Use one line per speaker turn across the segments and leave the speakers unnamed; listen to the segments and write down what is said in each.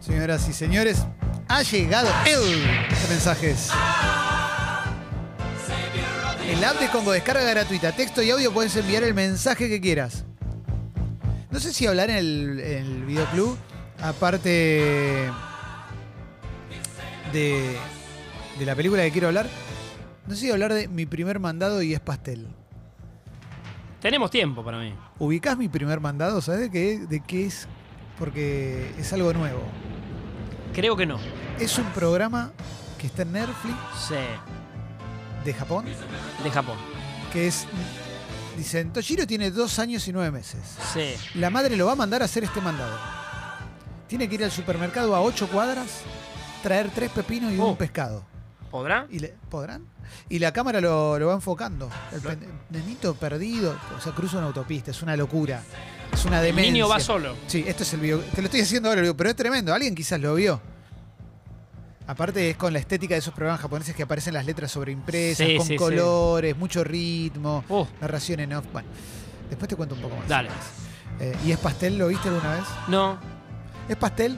Señoras y señores, ha llegado el de mensajes. El app de Congo, descarga gratuita, texto y audio, puedes enviar el mensaje que quieras. No sé si hablar en el, en el videoclub, aparte de, de la película que quiero hablar, no sé si hablar de mi primer mandado y es pastel.
Tenemos tiempo para mí.
¿Ubicás mi primer mandado? ¿Sabes de qué, de qué es? Porque es algo nuevo.
Creo que no.
Es un programa que está en Netflix
Sí.
de Japón,
De Japón.
que es... Dicen, Toshiro tiene dos años y nueve meses.
Sí.
La madre lo va a mandar a hacer este mandado. Tiene que ir al supermercado a ocho cuadras, traer tres pepinos y
Oh.
un pescado.
¿Podrá?
Y le- ¿Podrán? Y la cámara lo, lo va enfocando. El pen- nenito perdido, o sea, cruza una autopista, es una locura. Es una
El
demencia.
niño va solo.
Sí, esto es el video. Te lo estoy haciendo ahora, el video, pero es tremendo. Alguien quizás lo vio. Aparte es con la estética de esos programas japoneses que aparecen las letras sobreimpresas,
Sí,
con
sí, sí.
colores, mucho ritmo,
Oh,
narración en off. Bueno, después te cuento un poco más.
dale.
Eh, ¿Y es pastel? ¿Lo viste alguna vez?
No.
¿Es pastel?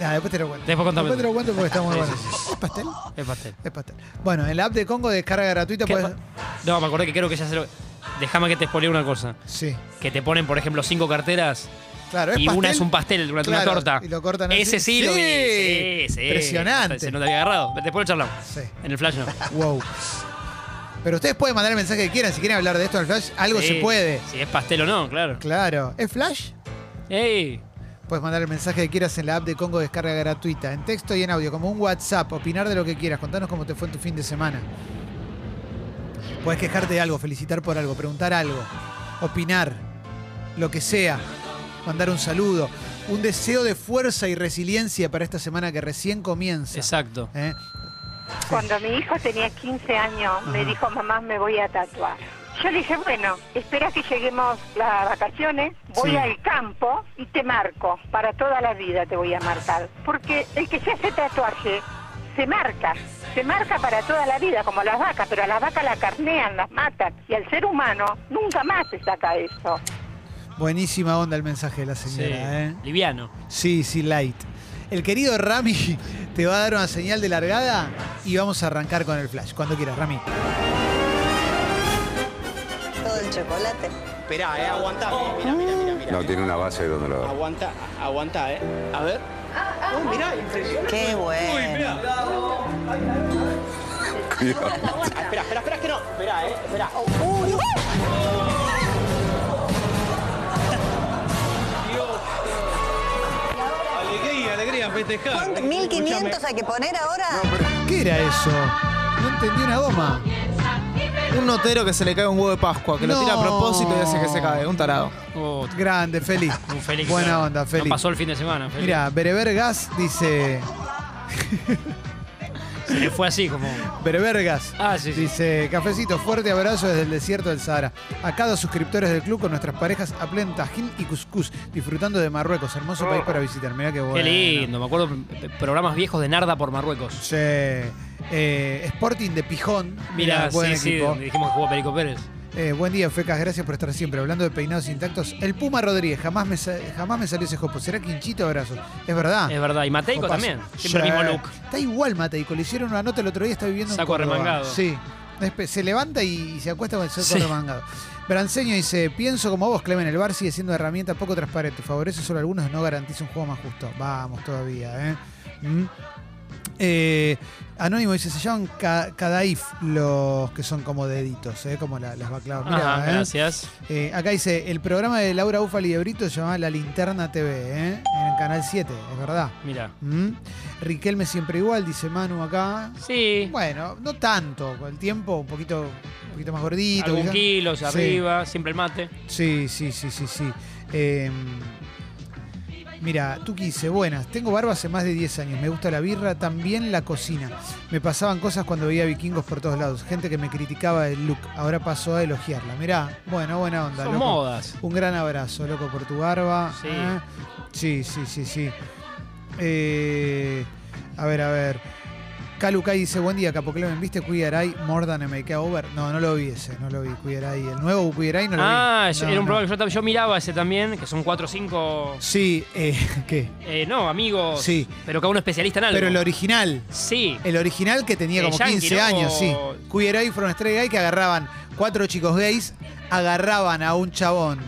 Ah, después te lo cuento.
Después contame.
Después te lo cuento porque está muy
Sí,
bueno.
sí,
¿Es pastel?
Es pastel.
Es pastel. Bueno, en la app de Congo descarga gratuita
¿Qué
puedes...
pa- No, me acordé que creo que ya se lo. Déjame que te spoilee una cosa.
Sí,
Que te ponen, por ejemplo, cinco carteras
claro. ¿es
y
pastel?
una es un pastel, una, una
Claro,
torta.
Y lo cortan así.
Ese sí, lo vi. Sí, sí.
Impresionante.
Se no te había agarrado. Después lo charlamos.
Sí.
En el flash no.
Wow. Pero ustedes pueden mandar el mensaje que quieran. Si quieren hablar de esto en el Flash, algo
Sí.
se puede.
Si es pastel o no, claro.
Claro. ¿Es Flash?
¡Ey!
Puedes mandar el mensaje que quieras en la app de Congo descarga gratuita, en texto y en audio, como un WhatsApp, opinar de lo que quieras, contanos cómo te fue en tu fin de semana. Puedes quejarte de algo, felicitar por algo, preguntar algo, opinar, lo que sea, mandar un saludo, un deseo de fuerza y resiliencia para esta semana que recién comienza.
Exacto.
¿eh?
Cuando mi hijo tenía 15 años, me
Ajá.
dijo, mamá, me voy a tatuar. Yo le dije, bueno, espera que lleguemos las vacaciones, voy
Sí.
al campo y te marco. Para toda la vida te voy a marcar. Porque el que se hace tatuaje se marca. Se marca para toda la vida, como las vacas, pero a las vacas la carnean, las matan. Y al ser humano nunca más se saca eso.
Buenísima onda el mensaje de la
Sí.
señora. ¿eh?
Liviano.
Sí, sí, light. El querido Rami te va a dar una señal de largada y vamos a arrancar con el flash. Cuando quieras, Rami.
Todo el chocolate.
Esperá, eh, aguantá. Mirá, mirá, mirá, mirá.
No, tiene una base donde lo...
Aguanta, aguanta, eh. A ver. Uy, mirá, impresionante.
Qué bueno.
Mirá. Ah, espera, espera, espera, que no. Espera, eh, espera.
Alegría, alegría, festejar.
¿Cuánto- 1500 hay que poner ahora.
¿Qué era eso? No entendí una goma.
Un notero que se le cae un huevo de Pascua, que
No.
lo tira a propósito y hace que se cae. Un tarado.
Oh,
Grande, Feli.
un Félix.
Buena
claro.
onda, Feli.
No pasó el fin de semana. Félix.
Mira, Berebergas dice.
Se le Eh, fue así como.
Berebergas.
Ah, sí, sí.
Dice, cafecito, fuerte abrazo desde el desierto del Sahara. A cada suscriptores del club con nuestras parejas Aplen, Tajín y Cuscús, disfrutando de Marruecos, hermoso país para visitar. Mirá qué bueno.
Qué lindo. Me acuerdo de programas viejos de Narda por Marruecos.
Sí. Eh, Sporting de Pijón.
Mira,
Mirá, buen
sí, sí,
equipo.
donde dijimos que jugó Perico Pérez.
Eh, buen día, Fecas, gracias por estar siempre. Hablando de peinados intactos, el Puma Rodríguez, jamás me, sa- jamás me salió ese jopo. Será Quinchito, abrazo. Es verdad.
Es verdad. Y Mateico
Copazo.
también. Siempre
Ah. Sí.
el mismo look.
Está igual Mateico, le hicieron una nota el otro día, está viviendo
Saco
en Córdoba.
arremangado.
Sí. Despe- Se levanta y, y se acuesta con el saco
Sí.
arremangado. Branceño dice, pienso como vos, Clemen, el bar sigue siendo una herramienta poco transparente, favorece solo a algunos, no garantiza un juego más justo. Vamos todavía, ¿eh? Mm. Eh, Anónimo dice, se llaman ca- Cadaif los que son como deditos, ¿eh? como la- las baclavas. Mirá,
Ajá,
¿eh?
gracias.
Eh, acá dice, el programa de Laura Ufali de Brito se llama La Linterna TV, ¿eh? en Canal 7, es verdad.
Mira.
¿Mm? Riquelme siempre igual, dice Manu acá.
Sí.
Bueno, no tanto, con el tiempo un poquito, un poquito más gordito.
Algún
quizá.
kilo hacia
Sí.
arriba, siempre el mate.
Sí, sí, sí, sí, sí. Eh, mira, Tuki dice, buenas, tengo barba hace más de 10 años, me gusta la birra, también la cocina. Me pasaban cosas cuando veía vikingos por todos lados, gente que me criticaba el look, ahora pasó a elogiarla. Mirá, bueno, buena onda.
Son
loco.
modas.
Un gran abrazo, loco, por tu barba.
Sí.
¿eh? Sí, sí, sí, sí. Eh, a ver, a ver. Calucay dice, buen día, Capoclemen, ¿viste Queer Eye More Than a Makeover? No, no lo vi ese, no lo vi, Queer Eye. El nuevo Queer Eye no lo
Ah,
vi.
yo-
No,
era un
no.
programa que yo, tam- yo miraba ese también, que son cuatro o cinco.
Sí, eh, ¿qué?
eh, no, amigos.
Sí.
Pero cada uno especialista en algo.
Pero el original,
Sí.
el original que tenía
Eh,
como
yankee,
15
¿no?
años, sí. Queer Eye From Stray Guy que agarraban cuatro chicos gays, agarraban a un chabón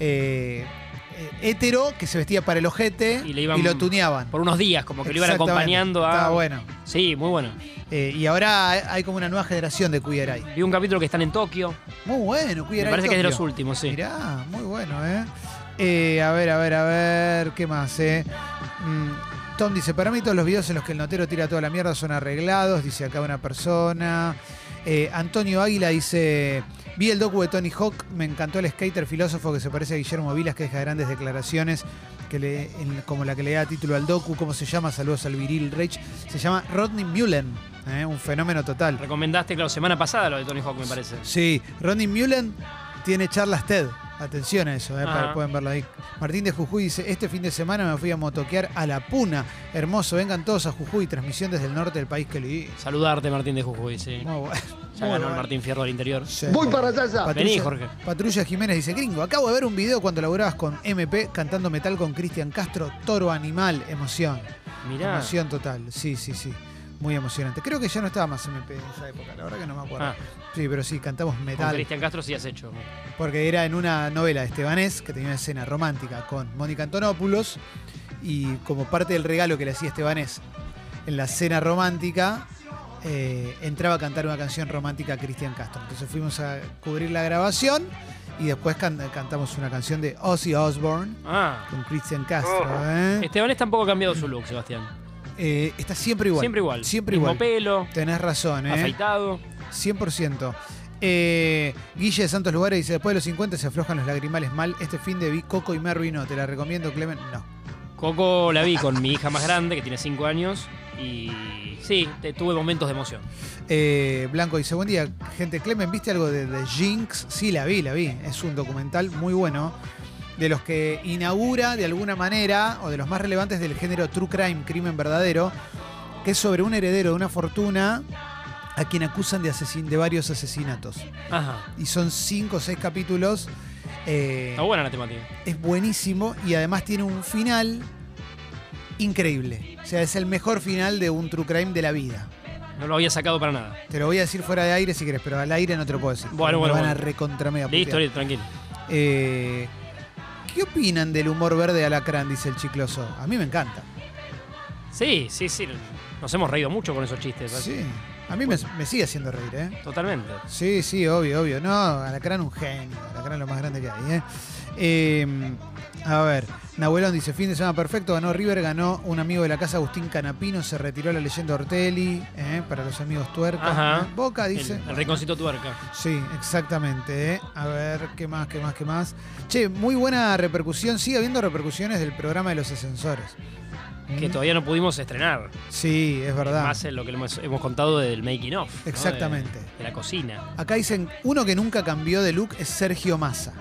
eh, eh, hétero que se vestía para el ojete
Y le iban
lo tuneaban.
Por unos días, como que lo iban
Exactamente.
acompañando a.
Estaba bueno.
Sí, muy bueno.
Eh, y ahora hay- hay como una nueva generación de Queer Eye.
Vi un capítulo que están en Tokio.
Muy bueno, Queer
Me
Eye
parece que es de los
Tokio.
últimos, sí.
Ah, Mirá, muy bueno, ¿eh? Eh, A ver, a ver, a ver, ¿qué más, eh? Mm, Tom dice, para mí todos los videos en los que el notero tira toda la mierda son arreglados, dice acá una persona. Eh, Antonio Águila dice, vi el docu de Tony Hawk, me encantó el skater filósofo que se parece a Guillermo Vilas, que deja grandes declaraciones, que le- en- como la que le da título al docu, ¿cómo se llama? Saludos al viril Rage. Se llama Rodney Mullen, ¿eh? un fenómeno total.
Recomendaste, claro, semana pasada lo de Tony Hawk, me parece.
Sí, Ronnie Mullen tiene charlas TED. Atención a eso, eh,
Ajá.
para- pueden verlo ahí. Martín de Jujuy dice, este fin de semana me fui a motoquear a La Puna. Hermoso, vengan todos a Jujuy, transmisión desde el norte del país que le
Saludarte, Martín de Jujuy, sí.
Muy bueno.
Ya ganó el Martín Fierro del interior.
Voy para allá
Vení, Jorge.
Patrulla Jiménez dice, gringo, acabo de ver un video cuando laburabas con MP cantando metal con Cristian Castro, Toro Animal, emoción.
Mirá.
Emoción total, sí, sí, sí. Muy emocionante. Creo que ya no estaba más MP en esa época, la verdad que no me acuerdo.
Ah.
Sí, pero sí, cantamos
Con
metal.
Cristian Castro sí has hecho.
Porque era en una novela de Estebanés que tenía una escena romántica con Mónica Antonopoulos y como parte del regalo que le hacía Estebanés en la escena romántica eh, entraba a cantar una canción romántica a Cristian Castro. Entonces fuimos a cubrir la grabación y después can- cantamos una canción de Ozzy Osbourne
Ah.
con Cristian Castro.
Oh.
¿eh?
Estebanés tampoco ha cambiado su look, Sebastián.
Eh, está siempre igual.
Siempre igual.
Siempre
Mismo
igual.
pelo,
Tenés razón, ¿eh?
afeitado.
100%. Eh, Guille de Santos Lugares dice, después de los 50 se aflojan los lagrimales mal. Este fin de vi Coco y me arruinó. Te la recomiendo, Clemen. No.
Coco la vi con mi hija más grande, que tiene 5 años. Y sí, te- tuve momentos de emoción.
Eh, Blanco dice, buen día, gente. Clemen, ¿viste algo de The Jinx? Sí, la vi, la vi. Es un documental muy bueno. De los que inaugura de alguna manera, o de los más relevantes del género True Crime, crimen verdadero, que es sobre un heredero de una fortuna a quien acusan de, asesin de varios asesinatos.
Ajá.
Y son cinco o seis capítulos. eh,
Está buena la temática.
es buenísimo y además tiene un final increíble. O sea, es el mejor final de un true crime de la vida.
No lo había sacado para nada.
Te lo voy a decir fuera de aire si querés, pero al aire no te lo puedo decir.
Bueno,
Me
bueno,
van a
bueno.
recontra mega
Listo,
putear.
listo, tranquilo.
Eh, ¿Qué opinan del humor verde de Alacrán? Dice el chicloso. A mí me encanta.
Sí, sí, sí. Nos hemos reído mucho con esos chistes. ¿verdad?
Sí. A mí me, me sigue haciendo reír, ¿eh?
Totalmente.
Sí, sí, obvio, obvio. No, Alacrán un genio. Alacrán lo más grande que hay, ¿eh? Eh, a ver, Nahuelón dice, fin de semana perfecto, ganó River, ganó un amigo de la casa, Agustín Canapino, se retiró la leyenda Ortelli, ¿eh? para los amigos tuercas.
Ajá.
¿no? Boca
El,
dice.
el rinconcito tuerca.
Sí, exactamente. ¿eh? A ver, ¿qué más, qué más, qué más? Che, muy buena repercusión, sigue habiendo repercusiones del programa de los ascensores.
Que
Mm.
todavía no pudimos estrenar.
Sí, es verdad.
Más en lo que hemos, hemos contado del making of. ¿no? De-
Exactamente.
De, la cocina.
Acá dicen, uno que nunca cambió de look es Sergio Massa,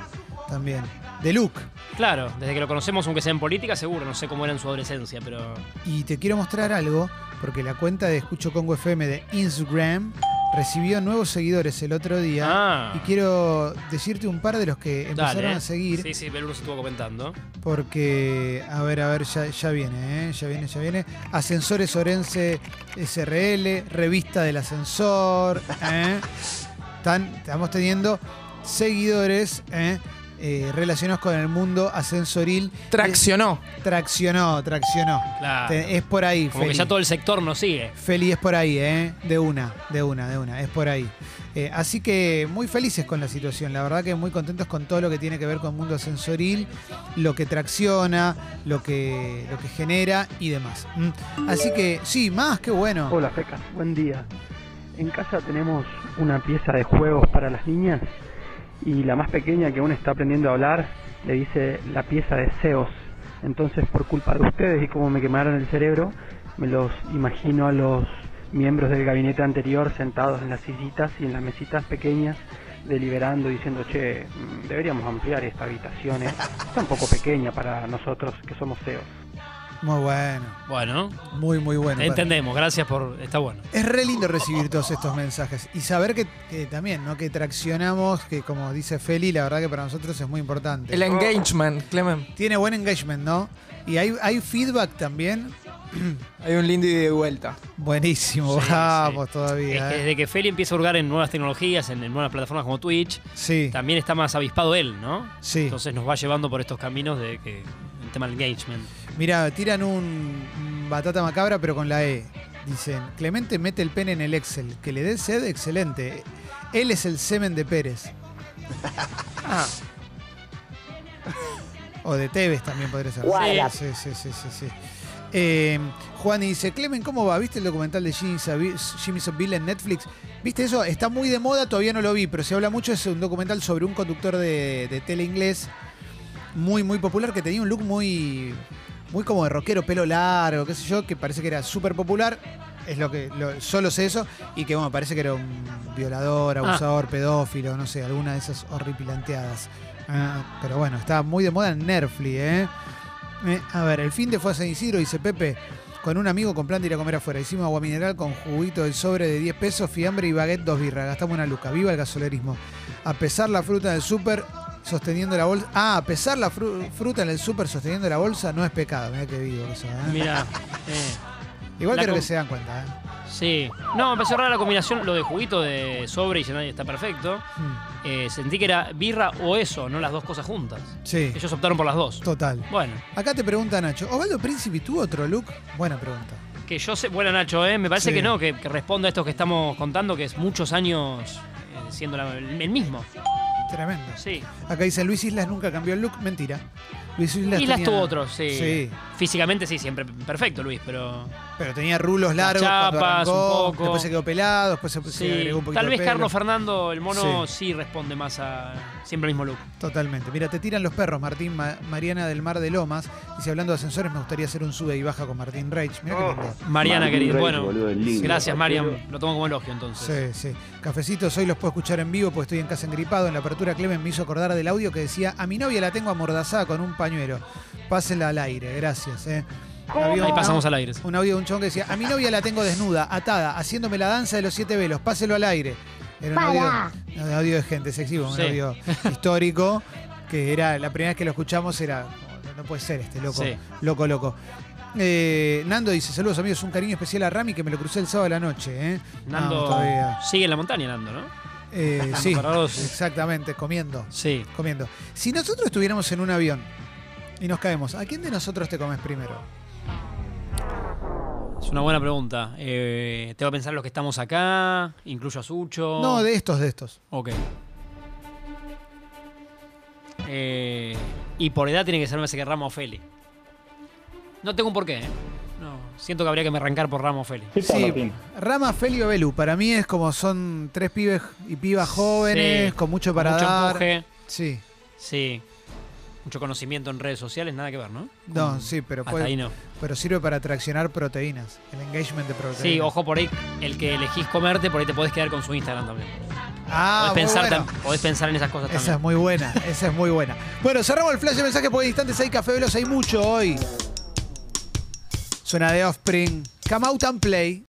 también. De look.
Claro, desde que lo conocemos, aunque sea en política, seguro. No sé cómo era en su adolescencia, pero.
Y te quiero mostrar algo, porque la cuenta de Escucho Congo FM de Instagram recibió nuevos seguidores el otro día.
Ah.
Y quiero decirte un par de los que empezaron
Dale. ¿eh?
a seguir,
Sí, sí, Beluno se estuvo comentando.
porque, a ver, a ver, ya, ya viene, ¿eh? ya viene, ya viene. Ascensores Orense SRL, Revista del Ascensor. ¿eh? Están- estamos teniendo seguidores ¿eh? Eh, relacionados con el mundo ascensoril.
Traccionó.
Traccionó, traccionó.
Claro.
Te- es por ahí,
Ah, Como que
Feli.
ya todo el sector nos sigue.
Feli es por ahí, ¿eh? De una, de una, de una, es por ahí. Eh, así que muy felices con la situación, la verdad que muy contentos con todo lo que tiene que ver con mundo sensoril, lo que tracciona, lo que, lo que genera y demás. Mm. Así que, sí, más, qué bueno.
Hola Feca, buen día. En casa tenemos una pieza de juegos para las niñas y la más pequeña que aún está aprendiendo a hablar le dice la pieza de Zeus. Entonces por culpa de ustedes y como me quemaron el cerebro, me los imagino a los miembros del gabinete anterior sentados en las sillitas y en las mesitas pequeñas deliberando diciendo, che, mm, deberíamos ampliar esta habitación, eh. está un poco pequeña para nosotros que somos CEOs.
Muy bueno.
Bueno,
Muy, muy bueno.
entendemos. Gracias por. Está bueno.
Es re lindo recibir todos estos mensajes y saber que, que también, ¿no? Que traccionamos, que como dice Feli, la verdad que para nosotros es muy importante.
El engagement, Clemen.
Tiene buen engagement, ¿no? Y hay, hay feedback también.
Hay un lindo y de vuelta.
Buenísimo,
Sí,
vamos
Es
todavía.
que
¿eh?
desde que Feli empieza a hurgar en nuevas tecnologías, en, en nuevas plataformas como Twitch,
Sí,
también está más avispado él, ¿no?
sí.
Entonces nos va llevando por estos caminos de que el tema del engagement.
Mira, tiran un un batata macabra pero con la E. Dicen, Clemente mete el pene en el Excel. Que le dé sed, excelente. Él es el semen de Pérez. O de Tevez también podría ser.
Guara.
Sí, sí, sí, sí, sí. Eh, Juan dice, Clemen, ¿cómo va? ¿Viste el documental de Jimmy Savi- Jimmy Savile en Netflix? ¿Viste eso? Está muy de moda, todavía no lo vi, pero se habla mucho. Es un documental sobre un conductor de, de tele inglés muy, muy popular que tenía un look muy, muy como de rockero, pelo largo, qué sé yo, que parece que era súper popular. Es lo que lo- solo sé eso. Y que, bueno, parece que era un violador, abusador, pedófilo, no sé, alguna de esas horripilanteadas. Ah, pero bueno, está muy de moda en Nerfly, ¿eh? Eh, a ver, el fin de fue a San Isidro, dice Pepe, con un amigo con plan de ir a comer afuera. Hicimos agua mineral con juguito del sobre de 10 pesos, fiambre y baguette dos birras. Gastamos una luca. Viva el gasolerismo. A pesar la fruta del súper sosteniendo la bolsa. Ah, a pesar la fru- fruta en el súper sosteniendo la bolsa no es pecado. Mira qué vivo que sos, ¿eh?
Mira. eh,
Igual
la
creo que
com-
se dan cuenta. ¿eh?
sí. No, me pareció rara la combinación, lo de juguito de sobre y nadie está perfecto.
Mm,
Eh, sentí que era birra o eso, no las dos cosas juntas.
Sí,
Ellos optaron por las dos.
total.
Bueno,
Acá te pregunta Nacho, ¿Osvaldo Príncipe tuvo otro look? Buena pregunta.
que yo sé. Bueno, Nacho, eh, me parece
Sí.
que no, que, que responde a estos que estamos contando, que es muchos años eh, siendo la- el mismo.
Tremendo.
Sí.
Acá dice Luis Islas nunca cambió el look. Mentira. Luis Islas,
Islas
tenía-
tuvo otro, sí.
Sí.
Físicamente sí, siempre perfecto, Luis, pero.
Pero tenía rulos largos cuando
chapas, un
arrancó,
poco.
después se quedó pelado, después se, se
Sí,
agregó un poquito
tal
de
vez
pelo.
Carlos Fernando, el mono, sí. responde más a siempre el mismo look.
Totalmente. Mira, te tiran los perros, Martín Ma- Mariana del Mar de Lomas. Dice, hablando de ascensores, me gustaría hacer un sube y baja con Martín Reich. Mira qué lindo.
Mariana,
Martín
querido.
Reich,
bueno,
boludo, es lindo.
gracias, Marian. Lo tomo como elogio entonces.
Sí, sí. Cafecitos, hoy los puedo escuchar en vivo porque estoy en casa engripado. En la apertura Clemen me hizo acordar del audio que decía, a mi novia la tengo amordazada con un pañuelo. Pásenla al aire, gracias. eh". Había
Ahí
un-
pasamos al aire. sí.
Un audio de un chon que decía, a mi novia la tengo desnuda, atada, haciéndome la danza de los siete velos, páselo al aire. Era un
Para.
audio, un audio de gente sexy, un
Sí.
audio histórico, que era, la primera vez que lo escuchamos era, "No, no puede ser este loco,
Sí.
loco, loco. Eh, Nando dice, saludos amigos, un cariño especial a Rami que me lo crucé el sábado a la noche. ¿eh? Vamos
Nando
todavía.
sigue en la montaña, Nando, ¿no?
Eh, sí,
Ferraros.
exactamente, comiendo,
Sí.
comiendo. Si nosotros estuviéramos en un avión y nos caemos, ¿a quién de nosotros te comes primero?
Es una buena pregunta. Eh, te voy a pensar los que estamos acá, incluyo a Sucho.
No, de estos, de estos.
Ok. Eh, y por edad tiene que ser, me parece que Ramo o Feli. No tengo un porqué. ¿eh? No, siento que habría que me arrancar por Ramo o Feli.
Sí, Rama, Feli o Belu, para mí es como son tres pibes y pibas jóvenes,
Sí,
con mucho para
Mucho
dar.
empuje,
Sí,
sí. Mucho conocimiento en redes sociales, nada que ver, ¿no?
no, sí, pero,
Hasta
puede-
ahí no.
pero sirve para traccionar proteínas, el engagement de proteínas.
Sí, ojo por ahí, el que elegís comerte, por ahí te podés quedar con su Instagram también.
Ah,
podés,
muy
pensar
bueno.
tam- podés pensar en esas cosas
Esa es
también.
muy buena, esa es muy buena. Bueno, cerramos el flash de mensaje porque en instantes hay café veloz, hay mucho hoy. Suena de Offspring, Come Out and Play.